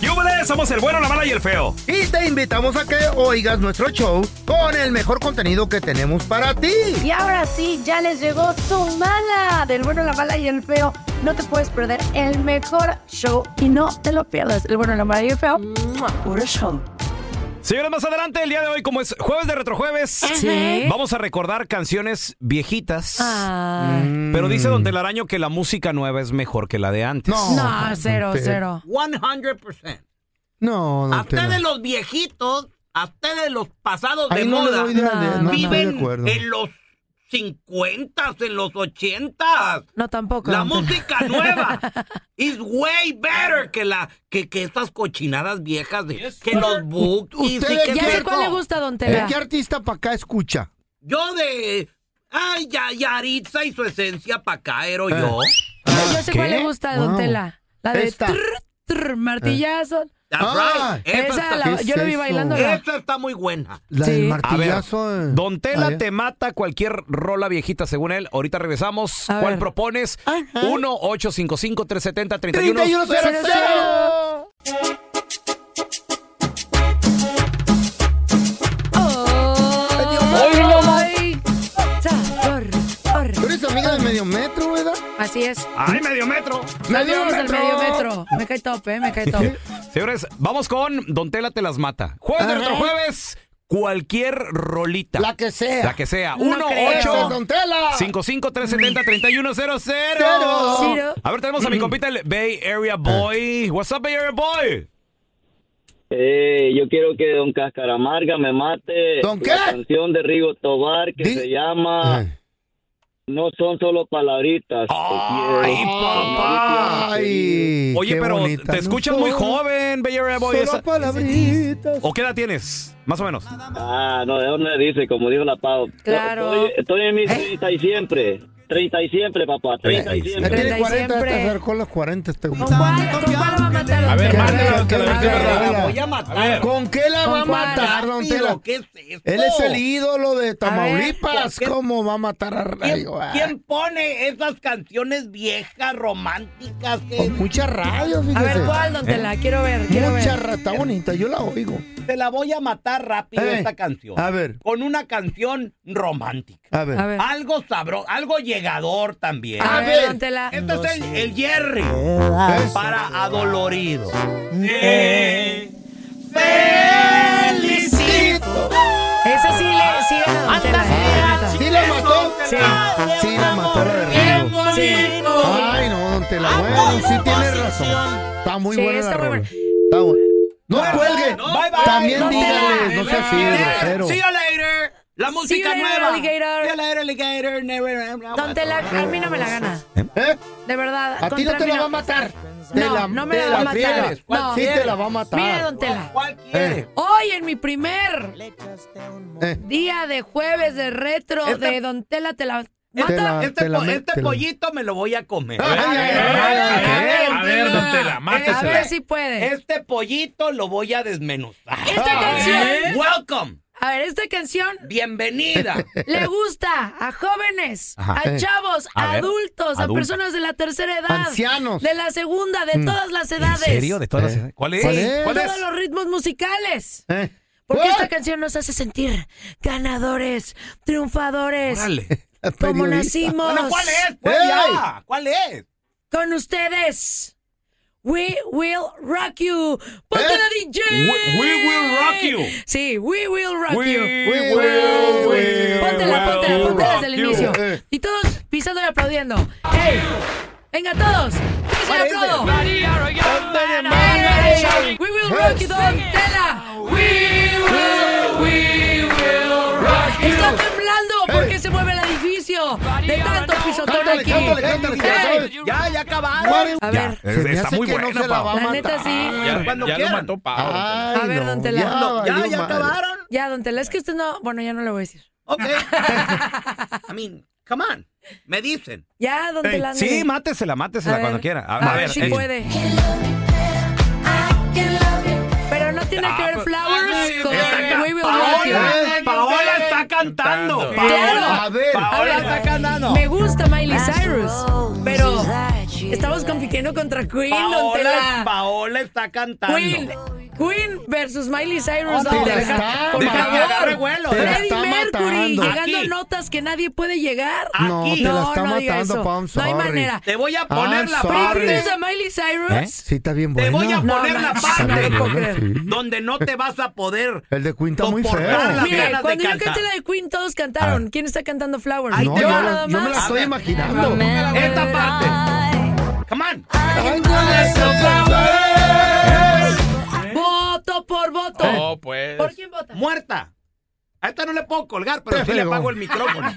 ¡Yúbele! Somos el bueno, la mala y el feo. Y te invitamos a que oigas nuestro show con el mejor contenido que tenemos para ti. Y ahora sí, ya les llegó su mala del bueno, la mala y el feo. No te puedes perder el mejor show y no te lo pierdas. El bueno, la mala y el feo. ¡Mua! Puro show. Señores, más adelante, el día de hoy, como es jueves de retrojueves, Sí. vamos a recordar canciones viejitas. Ah. Mm. Pero Mm. dice Don Telaraño que la música nueva es mejor que la de antes. No, cero, Pero- cero. 100%. No, no. a te- ustedes los viejitos, a ustedes los pasados de Ahí no le moda, doy de, No, no, no estoy de viven acuerdo. en los 50, en los 80. No, tampoco. La música nueva is way better que la que, que estas cochinadas viejas de que los bookies y Ustedes que Ya sé Cierto. cuál le gusta, don ¿De ¿Eh? Tela. Eh, qué artista para acá escucha? yo de ay ya Yaritza y su esencia pa acá ero yo. Yo sé cuál ¿Qué? le gusta, don Wow. Tela. La de Esta. trr, trr, martillazo. That's Ah, right. Esa, Esa está, la- ¿qué yo la es vi eso? bailando. esa está muy buena. La Sí. del A ver, A ver, martillazo. eh. Don Tela Allá. te mata cualquier rola viejita según él. Ahorita regresamos. A ¿Cuál ver. propones? Ajá. 1-855-370-31. 3100. Ay, ay, sabor, or. Tú eres amiga de medio metro, ¿verdad? Así es. ¡Ay, medio metro! Saludos del medio metro. Me cae top, eh, me cae top. Señores, vamos con Don Tela te las mata. Jueves de Ajá. retrojueves, cualquier rolita. La que sea. La que sea. No 1 creo. Ese es 8 Don Tela. 55 370 Cero. Oh. 3100 Ciro. A ver, tenemos a mi compita el Bay Ah. Area Boy. What's up, Bay Area Boy? Eh, yo quiero que Don Cascaramarga me mate ¿Don qué? la canción de Rigo Tobar que Di- Eh. se llama Ay. No son solo palabritas. te Ay, quiero". papá. Ay, Oye, qué pero bonita. te escuchas No muy son joven, Bay Area Boy. solo Esa- palabritas. ¿O qué edad tienes? Más o menos. Ah, no, ¿de dónde dice? Como dijo la Pau. Claro. Estoy, estoy en mis 30 y siempre. 30 y siempre, papá. 30 y Ya siempre. Treinta tiene y 40, ya te siempre. acercó los 40 este güey. ¿Con cuál, con cuál va a matar A don ver, Tela? mándalo, que lo A dice ver, verdad. Tela. La voy a matar. ¿Con qué la ¿Con va a cuál? matar, Don Rápido, Tela? ¿Qué es esto? Él es el ídolo de Tamaulipas. ¿qué- qué- ¿Cómo va a matar a ¿Quién, Rayo? Ah, quién pone esas canciones viejas, románticas? que Con mucha radio, A ver, fíjese. ¿cuál, don Tela? Quiero ver, quiero Eh, Mucha ver. rata bonita, yo la oigo. Te la voy a matar rápido Eh, esta canción. a ver. Con una canción romántica. A ver. A ver. Algo sabroso, algo llegador también. A ver, don Tela. Este es el, el Jerry Eh. ¿Ves? para adolorido. Esa sí le sí era don Tela, eh, Ah, ¿Sí la mató? Sí. Sí la mató la de Rayo. la neta. Sí. Ay, no, don Tela. Ah, Bueno, sí tienes razón. Está muy Sí, buena la está muy rola. buena. Está buena. No cuelgue. bye, bye. También Don Tela. dígale. No sea así, de grosero. See you later. La música later, nueva. alligator. See you later, alligator. Never- Don Tela, a mí no me la gana. ¿Eh? De verdad. A ti no contra te mí la va a matar. Te No, la- no me te la va a matar. friegas. ¿Cuál Sí Ah. quieres? te la va a matar. Mire, don Tela. ¿Cuál quiere? Eh. Hoy en mi primer Eh. día de jueves de retro Esta- de Don Tela te la Te la- Este, te la po- me- este te la- pollito me lo voy a comer. A ver, don Tela, A mátesela. ver si puede. Este pollito lo voy a desmenuzar. Esta canción. Welcome. A ver, esta canción Bienvenida. le gusta a jóvenes, Ajá. a chavos, a, A ver, adultos, a adulto. personas de la tercera edad, Ancianos. de la segunda, de todas las edades. ¿De todas Eh. las- ¿Cuál es? ¿Cuál es? ¿Cuál Todos es? los ritmos musicales. ¿Eh? Porque ¿What? esta canción nos hace sentir ganadores, triunfadores, Órale. como Periodista. nacimos. Bueno, ¿cuál es? Pues ¡Ey! ya. ¿Cuál es? Con ustedes. We will rock you. Ponte ¿Eh? la DJ. We- we will rock you. Sí, we will rock We you. will, will, we Póntela, will póntela, póntela desde el rock you. inicio. Eh. Y todos pisando y aplaudiendo. ¡Ey! ¡Venga todos! ¡Que se le aplaudo! ¡Ey! ¡We will rock you, Don Tela! ¡We will, we will rock you! ¡Está temblando porque se mueve el edificio de tanto pisotón Cántale, aquí! cántale, cántale, que ya Ey, sabes. Ya, ya acabaron. What is- A Ya, ver, es- Se me está hace muy que no buena, se la pa. va a la neta matar. sí. Cuando ya lo quieran. mató Pau. Ay, A ver, no, don Tela. ya No, Ya, valió ya madre. acabaron. Ya, Don Tela, es que usted no... Bueno, ya no le voy a decir. Ok. I mean, come on. Me dicen. Ya, Don Tela, Sí, ándale. mátesela, A mátesela ver, cuando quiera. A, a ver si eh, puede. Pero no tiene que ver Flowers con Está We Will Rock You. Paola, Paola está cantando. Paola, A ver. Paola A ver. está cantando. Me gusta Miley Cyrus, pero estamos compitiendo contra Queen, don Paola, Tela. Paola está Ah, cantando. Queen, Queen versus Miley Cyrus, te don la Tela. está Por matando. favor. Agarre vuelo. Te la ¿eh? Freddie está Mercury matando. llegando Aquí. notas que nadie puede llegar. No, Aquí. te la No, está no diga matando, eso. pa, I'm No hay sorry. manera. Te voy a poner I'm la sorry. ¿Eh? parte ¿Prefieres a Miley Cyrus? Sí, está bien Te bueno. voy a No, poner no, la no, Está parte bien no puedo buena, creer. sí. donde no te vas a poder. El de Queen está muy feo. soportar las Mire, ganas de Ah, cuando yo cantar. canté la de Queen, todos cantaron. ¿Quién está cantando Flowers? Ahí No, te Ah. yo, va. nada la- yo me la más. estoy imaginando. Esta parte. Come on. Voto por voto. Oh, No, pues. ¿Por quién vota? Muerta. A esta no le puedo colgar, pero Te sí le fregó. apago el micrófono.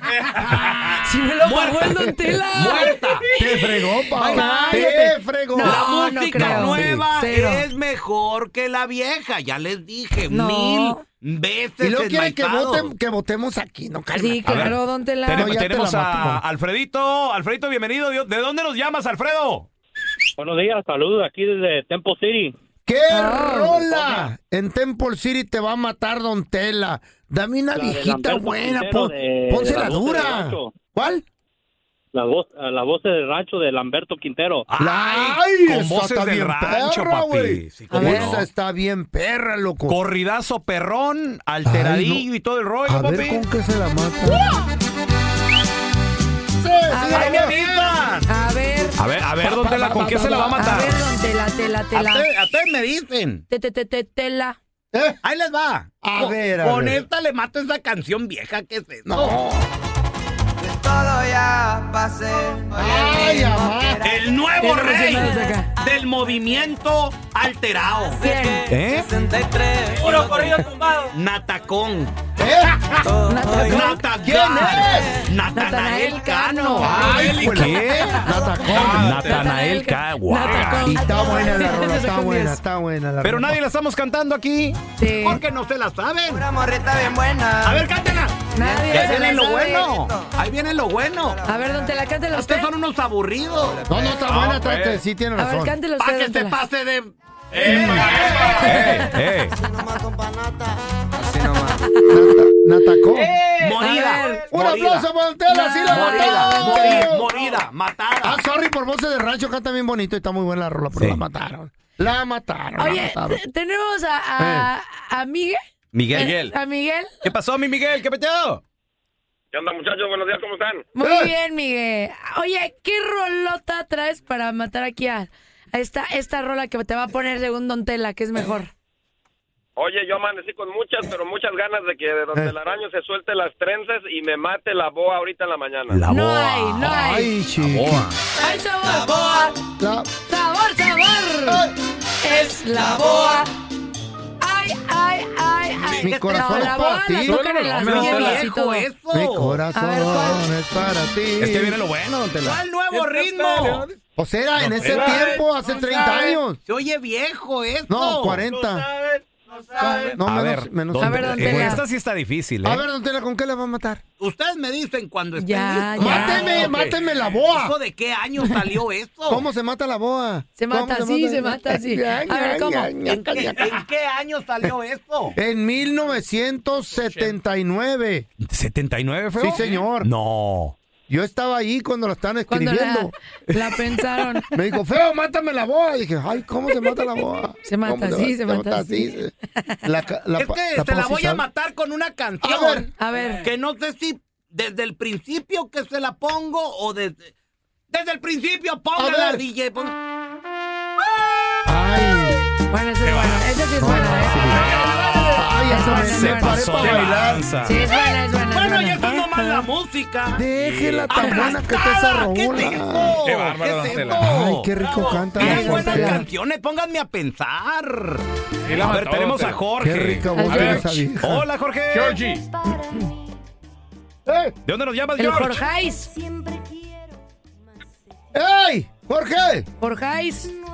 Si me lo pagó el don Tela. Muerta. Te fregó, Paola. Cállate. Te fregó. No, La no música creo. nueva Sí, cero. es mejor que la vieja. Ya les dije No. mil veces. Y luego quiere que, enmaizado. voten- que votemos aquí, ¿no? Calma. Sí, claro, don Tela. Tenemos, No, ya te tenemos la a mató. Alfredito. Alfredito, bienvenido. Dios- ¿De dónde nos llamas, Alfredo? Buenos días, saludos aquí desde Temple City. ¡Qué Ah, rola! En Temple City te va a matar Don Tela. Dame una La de viejita Lamberto buena. Quintero pon- de- pónsela de la voz del dura. rancho. ¿Cuál? Las voz, a las voces del rancho de Lamberto Quintero. Ay, con esa voces está del bien rancho, perra, papi. güey. Sí, A cómo ver. no. Esa está bien perra, loco. Corridazo perrón, alteradillo Ay, no. y todo el rollo, a papi. ver con qué se la mata. Sí, sí, ¡Ay, la me va- avisan! A ver, A ver, a ver, don Tela, ¿con qué se la va a a matar? ver, don Tela, tela, A tela. ustedes- a ustedes me dicen. Te, te, te, te, tela. ¿Eh? Ahí les va. A Con- ver, a Con ver. esta le mato esa canción vieja que es esto. No. Todo ya pasé. Ay, amá. El nuevo Bien rey emocionados acá. del movimiento alterado. Bien. ¿Eh? 63. Puro corrido tumbado. Natacón. ¿Eh? Natacón. ¿Quién es? Natanael Natanael Cano. Cano. Ay, pues, ¿Qué? Natanael Natanael K. Ca- guau. Natacón. Y está buena la rola, Se está sacó un buena, 10. está buena la Pero rola. nadie la estamos cantando aquí. Sí. porque no se la saben. Una morrita bien buena. A ver, cántela. Nadie Ahí se viene la lo sabe. bueno. Ahí viene lo bueno. A ver, don Tela, cántela usted. Ustedes son unos aburridos. No, no, está No, buena, pues. trate, sí tiene A ver, razón. cántela Para usted, que don se Tela. pase de. ¡Eh, eh! Así nomás. Natacó. A Morida. ver. ¡Eh! Un Morida. aplauso para Antela, sí la Morida. Morida. mataron. Morida. Matada. Ah, sorry por voces de rancho, canta bien bonito y está muy buena la rola, pero Sí. la mataron. La mataron, la Oye, eh, mataron. te- tenemos a, Eh. a, a Miguel. Eh, Miguel. A Miguel. ¿Qué pasó, mi Miguel? ¿Qué peteado? ¿Qué onda, muchachos? Buenos días, ¿cómo están? Muy Eh. bien, Miguel. Oye, ¿qué rolota traes para matar aquí a, a esta, esta rola que te va a poner según Don Tela, que es mejor? Oye, yo amanecí con muchas, pero muchas ganas de que de Don Telaraño se suelte las trenzas y me mate la boa ahorita en la mañana. no hay, no hay. Ay, eh, chico. Hay sabor, boa. La- Sabor, sabor. Es la boa. Ay, ay, ay, ay. Mi corazón no, es la para boa ti. la tocan en las No, no, Oye, no, novelas y viejo eh, todo. eso. Mi eh, ver, corazón ¿cuál? es para ti. Es que viene lo bueno, don Tela. ¿Cuál nuevo Este ritmo? O sea, en ese tiempo, hace 30 años. Se oye viejo esto. No, 40. No, a menos- ver, menos- don- A ver, don eh, Tela. Esta sí está difícil, ¿eh? A ver, don Tela, ¿con qué la va a matar? Ustedes me dicen cuando estén Ya, listos. ya. Máteme, Ok. máteme la boa. ¿Eso de qué año salió esto? ¿Cómo se mata la boa? Se ¿Cómo mata así, se mata así. Ya, A ya, ver, ¿cómo? ya, ya, ¿En qué, ya, ya. en qué año salió esto? En 1979. ¿79 fue? Sí, señor. No. Yo estaba ahí cuando la estaban Cuando la, escribiendo. la pensaron. Me dijo, feo, mátame la boa. Dije, ay, ¿cómo se mata la boa? Se mata ¿Cómo así, va- se mata así. La ca- la es pa- que la se la pausa, voy a ¿sabes? matar con una canción. A ver. A ver. Que no sé si desde el principio que se la pongo o desde. Desde el principio, A póngala, ver. DJ. pon- Ay, Bueno, esa es buena. Esa sí es ¿eh? buena, ay, hasta me, Se me paré pasó para de bailar. lanza. ¿eh? Sí, es buena, es buena. es Bueno, buena. ya está nomás la música. Déjela tan buena que está esa Aplastada, ¿Qué es rola. eso? Qué bárbaro, don ¿Qué es Tela. eso? Ay, qué rico Bravo. canta, Qué don buenas Tela. canciones, pónganme a pensar. Sí, la A ver, mató, tenemos pero- a Jorge. Qué rica A voz ver. tiene esa vieja. Hola, Jorge. Georgie. ¡Ey! ¿De dónde nos llamas, El George? Jorjais. ¡Ey! ¡Jorge! Jorjais. No,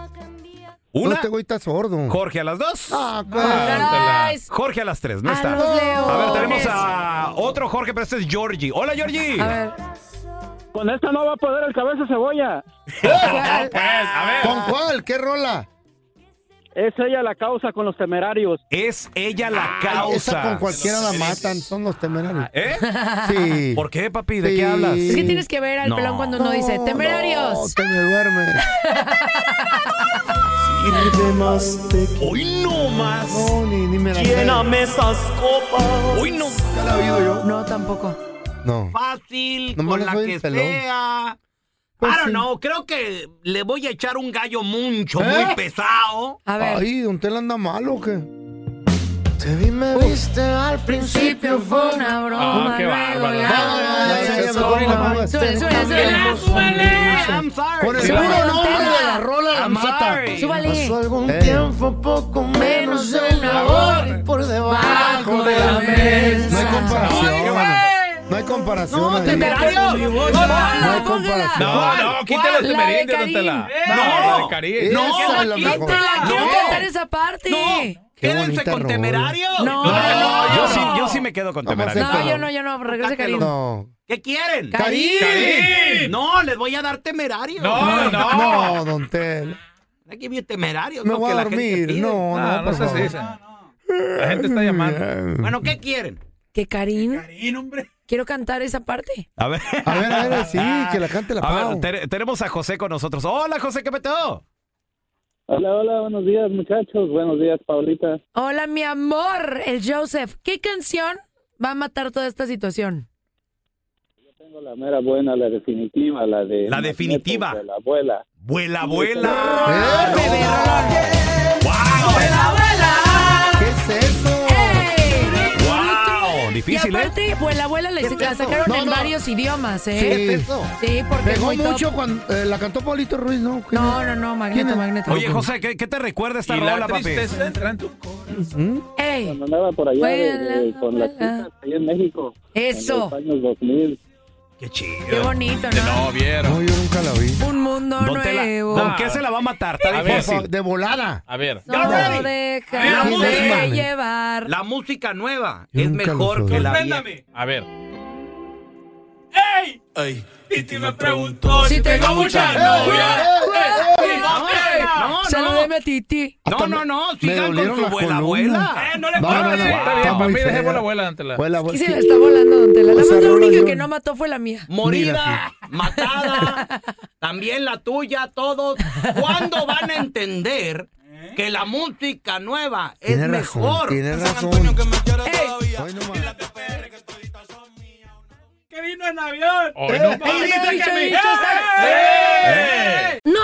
Una. este güey está sordo. Jorge a las dos. Ah, Jorjais. Jorge a las tres, no A está. los A ver, tenemos leones. a otro Jorge, pero este es Georgie. Hola, Georgie. A ver. Con esta no va a poder el cabeza cebolla. No, pues, a ver. ¿Con cuál? ¿Qué rola? Es ella la causa con los temerarios. Es ella la causa. Esa con cualquiera la matan, son los temerarios. ¿Eh? Sí. ¿Por qué, papi? ¿De Sí. qué hablas? Es que tienes que ver al No. pelón cuando uno dice No, temerarios. te me duermes. Hoy no más. No, ni, ni me la sé. Hoy no. Ya la he oído yo. No, tampoco. No. Fácil, Nomás con le la soy que el pelón. sea. Pues I don't sí. know, creo que le voy a echar un gallo mucho, ¿Eh? muy pesado. A ver. Ay, ¿don Tela anda mal o qué? Te vi, me viste al principio fue una broma. Ah, qué bárbaro. luego la Ah, verdad ya, ya, se ya, mejor ni la asoma. pongas. Súbele, súbele, súbele. I'm sorry. Con el Sí, puro don nombre de Tela. la rola la I'm mata. sorry. Súbale. algún tiempo Menos de una hora. por debajo de la mesa. No hay Ay, comparación. güey. No hay comparación. No, ahí. temerario. No hay Póngala, comparación. póngala. No, no, quítale el ¿Cuál? La de temerindio, don Karim. Tela. Eh. No, la de Esa Karim. No, es la quítala. mejor. Quítela, quiero No. cantar esa parte. No, quédense bonita con rola. temerario. No. No, yo No. sí, yo sí me quedo con Vamos a temerario. No, yo no, yo no, regrese Karim. No. ¿Qué quieren? Karim. Karim. No, les voy a dar temerario. No, no. No, don Tel. Aquí viene temerario. es Me lo voy que a la gente dormir. pide. No, Ah, no, no por sé si favor. Eh, dicen. La gente está llamando. Bueno, ¿qué quieren? Que Karim. Quiero cantar esa parte. A ver. A ver, a ver, sí, que la cante la A Ah, Pau. ver, te- tenemos a José con nosotros. Hola, José, ¿qué peteo? Hola, hola, buenos días muchachos. Buenos días, Paulita. Hola, mi amor, el Joseph. ¿Qué canción va a matar toda esta situación? Tengo la mera buena, la definitiva, la de... La definitiva. Ah, De la abuela. Vuela, ¡Eh, abuela. ¿Qué es eso? ¡Ey! ¡Wow! Y Difícil, ¿eh? aparte, pues la abuela la, la sacaron No, en no. varios idiomas, Sí. ¿eh? Sí, porque es Pegó muy top. mucho cuando eh, la cantó Paulito Ruiz, ¿no? ¿Quién No, es? no, no, ¿Quién Magneto, es? Magneto. Oye, José, ¿qué, qué te recuerda esta Y la rola, papi? tristeza entra en tu ¡Ey! Cuando andaba por allá de- Abuela, de- con las abuela. chicas allá en México. Eso. En los años 2000. Qué chido. Qué bonito, ¿no? No, vieron. No, yo nunca la vi. Un mundo Don Tela, nuevo. ¿Con qué se la va a matar? Está A ver, Por difícil. favor, de volada. A ver. No ready. La deja música. de llevar. La música nueva Yo es nunca lo mejor soy. que la vieja. A ver. Si tengo mucha No, novia. Saludeme a Titi. No, no, no, sigan me con dolieron su las abuela, columnas. abuela. Eh, no le pares. Está bien, Está para muy mí fea. dejemos la abuela ante la. Vuela, Y vuela. se la está volando, don Tela. La Esa más la rola única yo- que no mató fue la mía. Morida, matada, también la tuya, todos. ¿Cuándo van a entender que la música nueva es Tiene razón, mejor? tiene razón. ¡Ey! Ay, no mames. Hoy no Ay, me dicho, dicho, está- No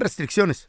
restricciones.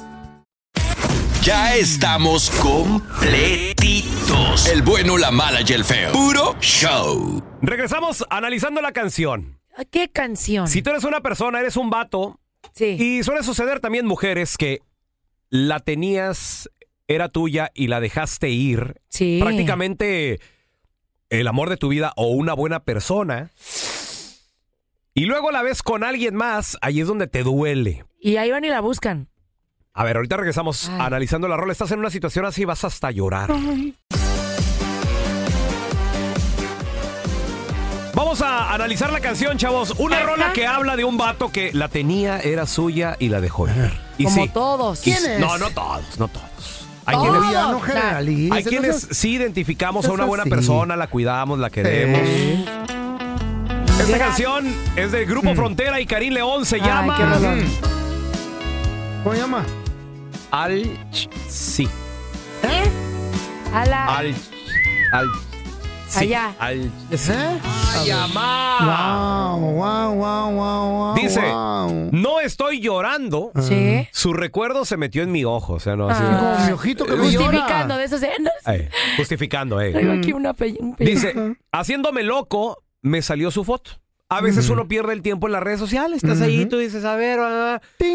Ya estamos completitos. El bueno, la mala y el feo. Puro show. Regresamos analizando la canción. ¿Qué canción? Si tú eres una persona, eres un vato. Y suele suceder también mujeres que la tenías, era tuya y la dejaste ir. Sí. Prácticamente el amor de tu vida o una buena persona. Y luego la ves con alguien más, ahí es donde te duele. Y ahí van y la buscan. A ver, ahorita regresamos analizando la rola. Estás en una situación así, vas hasta llorar. Vamos a analizar la canción, chavos. Una rola que habla de un vato que la tenía, era suya y la dejó ir. Y Como sí. todos. Y- No, no todos, no todos. Hay Todos. quienes, Ya no generalices, hay quienes no sí identificamos a seas una buena así. persona, la cuidamos, la queremos. Esta canción es del Grupo Frontera y Karim León se llama ¿Cómo se llama? Al sí. ¿Eh? A la. Al al sí. Allá. Al Wow, wow, wow, wow, wow. Dice, wow. no estoy llorando. Ah. Sí. Su recuerdo se metió en mi ojo, o sea, no así. Ah. Como mi ojito que me Justificando llora. Mm. de esos. de, no, Ay, justificando, eh. traigo aquí una pe- un pe- Dice, haciéndome loco, me salió su foto. A veces uno pierde el tiempo en las redes sociales. Estás ahí, tú dices, a ver, ah, ah.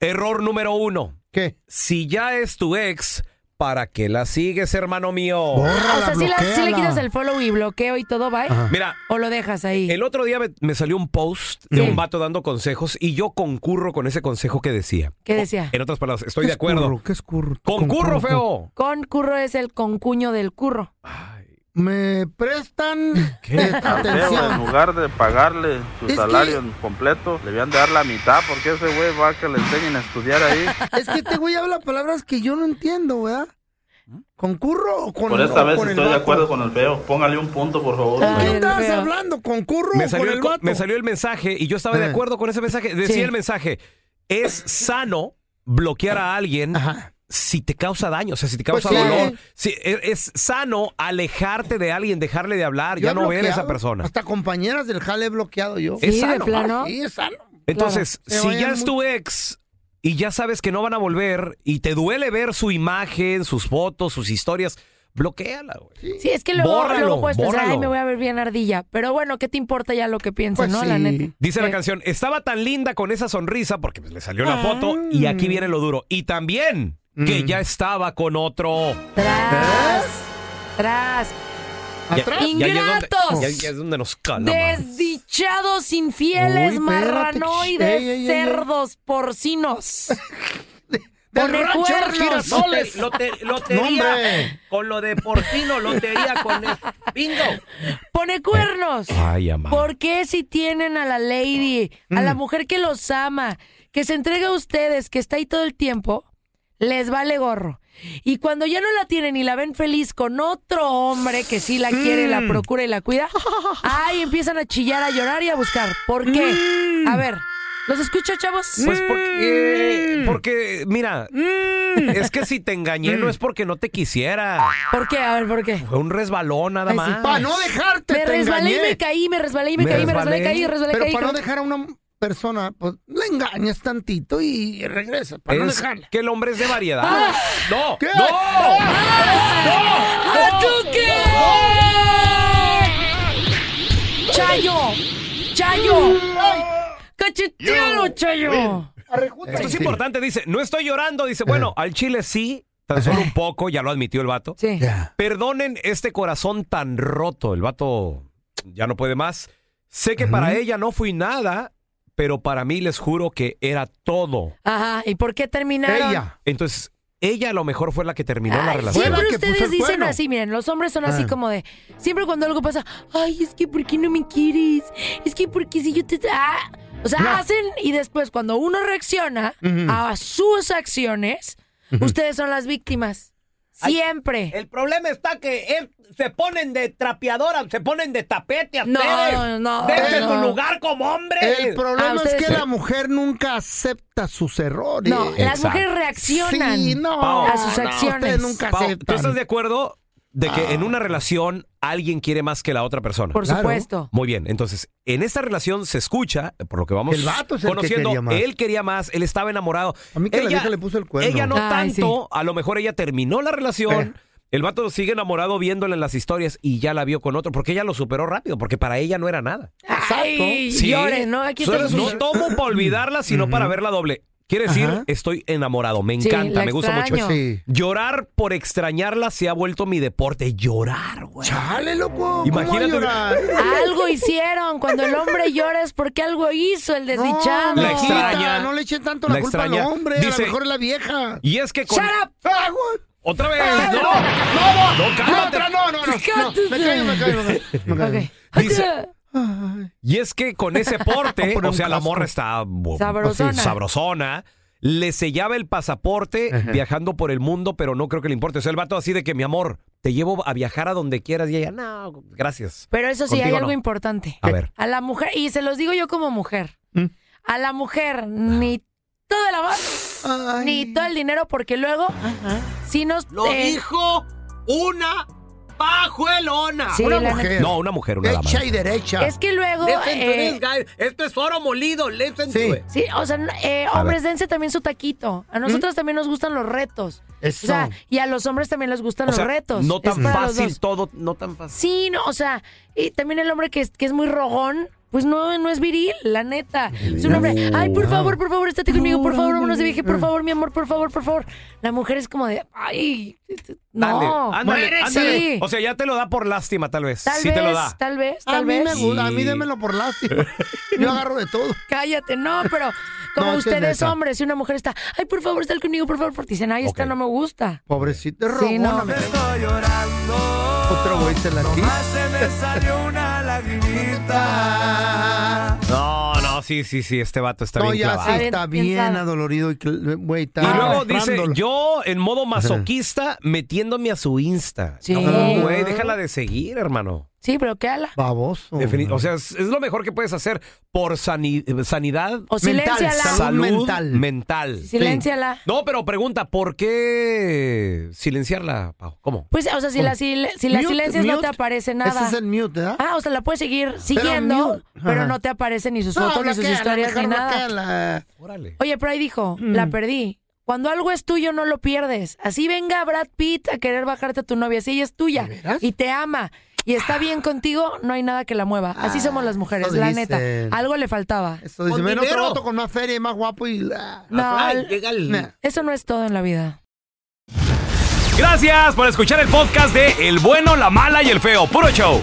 error número uno. ¿Qué? Si ya es tu ex, ¿para qué la sigues, hermano mío? Ah, o sea, si, la- si le bloquéala. quitas el follow y bloqueo y todo, bye. Mira, O lo dejas ahí. el otro día me, me salió un post de Sí. un vato dando consejos y yo concurro con ese consejo que decía. ¿Qué decía? En otras palabras, estoy ¿Qué de acuerdo. escurro? ¿Qué escurro? ¡Concurro, feo! Concurro es el concuño del curro. Me prestan esta Feo, en atención. lugar de pagarle su Es que- salario en completo, le van a dar la mitad porque ese güey va a que le enseñen a estudiar ahí. Es que este güey habla palabras que yo no entiendo, ¿verdad? ¿Concurro o con Por el- esta o vez con el estoy de vato? acuerdo con el feo. Póngale un punto, por favor. Ah. ¿Qué Ay, el estás feo. hablando? ¿Concurro me o salió, con el, el co- vato? me salió el mensaje y yo estaba de Eh. acuerdo con ese mensaje. Decía Sí. el mensaje, es sano bloquear a alguien Ajá. si te causa daño, o sea, si te Pues causa sí. dolor. Si, e- es, sano alejarte de alguien, dejarle de hablar, Yo ya he no ver a esa bloqueado, persona. ¿Eh? Hasta compañeras del jale he bloqueado yo. Sí, de plano. Sí, es sano. Entonces, claro. Se si ya vayan es tu ex y ya sabes que no van a volver y te duele ver su imagen, sus fotos, sus historias, bloqueala, güey. Sí, es que luego, Bórralo, luego puedes pensar, bórralo. ay, me voy a ver bien ardilla. Pero bueno, ¿qué te importa ya lo que piense, Pues no? sí. La neta. Dice la Sí. canción, estaba tan linda con esa sonrisa porque pues, le salió la Ah. foto y aquí viene lo duro. Y también que ya estaba con otro. ¿Eh? Tras, tras, Atrás. Ya- ya- ya es donde- Ingratos. ya- ya es donde nos calamos. Desdichados, infieles, Ah, Uy, espérate. marranoides, Ey, ey, ey, ey. cerdos, porcinos. Del Pone rancho de los cuernos. girasoles. No, hombre. con lo de porcino, lotería con el bingo. Pone cuernos. Ah, Ay, amá. ¿Por qué si tienen a la lady, a Mm. la mujer que los ama, que se entrega a ustedes, que está ahí todo el tiempo, les vale gorro? Y cuando ya no la tienen y la ven feliz con otro hombre que sí la quiere, Mm. la procura y la cuida, ay, empiezan a chillar, a llorar y a buscar. ¿Por qué? Mm. A ver, ¿los escucho, chavos? Pues porque, Mm. porque mira, es que si te engañé Mm. no es porque no te quisiera. ¿Por qué? A ver, ¿por qué? Fue un resbalón nada Ay, sí. más. Para no dejarte, Me te resbalé y engañé. me caí, me resbalé y me, Me caí, me resbalé y resbalé. caí, resbalé y Pero caí. para no dejar a una persona, pues le engañas tantito y regresas. Para no Es dejarla. que el hombre es de variedad. No, ¿Qué? no. ¡Ah, tú qué! ¡Chayo! ¡Chayo! ¡Cachetealo, Chayo! Esto es Sí. importante, dice, no estoy llorando, dice, bueno, al chile sí, tan solo un poco, ya lo admitió el vato. Perdonen este corazón tan roto, el vato ya no puede más. Sé que para ella no fui nada, pero para mí les juro que era todo. Ajá, ¿y por qué terminaron? Entonces, ella a lo mejor fue la que terminó la Ay, relación. Siempre ustedes dicen así, miren, los hombres son así Ah. como de, siempre cuando algo pasa, ay, es que ¿por qué no me quieres? Es que porque si yo te... ah". O sea, No. hacen y después cuando uno reacciona Ujú. a sus acciones, ustedes son las víctimas. Siempre. El problema está que él- se ponen de trapeadora, se ponen de tapete a No, ustedes. no, Dense no. su lugar como hombre. Ah, El problema es que la la mujer nunca acepta sus errores. No, las mujeres reaccionan Sí, no, a sus no, acciones. ustedes nunca Pao, aceptan. Ah. ¿Tú estás de acuerdo de que en una relación alguien quiere más que la otra persona? Por Claro. supuesto. Muy bien, entonces, en esta relación se escucha, por lo que vamos El vato es el que conociendo, quería más. él quería más, él estaba enamorado. A mí que la vieja le puso el cuerno. Ella no Ay, tanto, sí. a lo mejor ella terminó la Eh. relación. El vato sigue enamorado viéndola en las historias y ya la vio con otro, porque ella lo superó rápido, porque para ella no era nada. Ay, Sí. lloren, ¿no? Aquí Solo estamos- No tomo para olvidarla, sino para verla doble. Quiere decir, estoy enamorado, me Sí, encanta, la me gusta mucho. extraño. Sí. Llorar por extrañarla se ha vuelto mi deporte. Llorar, güey. Chale, loco. Imagínate. Algo hicieron. Cuando el hombre llora es porque algo hizo el desdichado. La extraña. No le echen tanto La la, culpa al extraña. hombre, a Dice- lo mejor es la vieja. Y es que con. Ah, güey. Otra vez. Ah, No, no, no, cálmate. otra, no, no, no, no. Me callo, me callo, me callo. Dice, y es que con ese Voy a porte, poner o un sea, la casco. morra está bo- Sabrosona. así, sabrosona, Le sellaba el pasaporte viajando por el mundo, pero no creo que le importe. O sea, el vato así de que, mi amor, te llevo a viajar a donde quieras. Y ella, no, gracias. Pero eso sí, hay Contigo algo no. importante. A ver. ¿Mm? A la mujer, y se los digo yo como mujer, a la mujer ni todo el amor, ni todo el dinero, porque luego, si nos... Lo eh, dijo una pajuelona. Sí, Una la mujer. neta. No, una mujer, una dama. derecha. Es que luego... Listen to eh, this, guys. Esto es oro molido. Listen Sí. to it. Sí, o sea, eh, A hombres, ver. ¿Mm? dense también su taquito. A nosotros también nos gustan los retos. Eso. O sea, y a los hombres también les gustan O sea, los retos. No Es tan para los fácil dos. todo, no tan fácil. Sí, no, o sea, y también el hombre que es, que es muy rogón, pues no, no es viril, la neta. Es un hombre, ay, por favor, por favor, estate conmigo, por favor, vámonos de viaje, por favor, mi amor, por favor, por favor. La mujer es como de, ay, Ándale, no, ándale, ándale. Sí. O sea, ya te lo da por lástima, tal vez. Tal sí vez, te lo da. tal vez, A tal mí, vez. me gusta, a mí Sí. démelo por lástima. Yo agarro de todo. Cállate, no, pero como No, es que es ustedes, neta. hombres, si una mujer está, ay, por favor, sal conmigo, por favor, porque dicen, ay, esta no me gusta. Pobrecito, Sí, robona. no. me- Otro güey se la se me salió una lagrimita. No, no, sí, sí, sí, este vato está No, bien ya sí, clavado. está bien adolorido. Y, cl- güey, está Y luego dice, arrastrándolo. yo en modo masoquista metiéndome a su Insta. Sí. No, güey, déjala de seguir, hermano. Sí, pero quédala. Baboso. Defini- o sea, es, es lo mejor que puedes hacer por sani- sanidad. O silénciala. Mental, salud mental. mental. Silénciala. Sí. No, pero pregunta, ¿por qué silenciarla, Pau? ¿Cómo? Pues, o sea, si la, sil- si la Mute, silencias no mute. te aparece nada. Ese es el mute, ¿verdad? Ah, o sea, la puedes seguir siguiendo, mute. pero, Ajá. pues, no te aparecen ni sus No, fotos, ni sus bloquéala, historias, ni mejor Mm. nada. bloquéala. Oye, pero ahí dijo, la perdí. Cuando algo es tuyo, no lo pierdes. Así venga Brad Pitt a querer bajarte a tu novia. Si ella es tuya y te ama y está bien contigo, no hay nada que la mueva. Así somos las mujeres, Ah. eso la dicen. neta. Algo le faltaba. Esto dice, ven otro vato con más feria y más guapo y... No, Ay, al- llega el- Nah. eso no es todo en la vida. Gracias por escuchar el podcast de El Bueno, la Mala y el Feo. Puro show.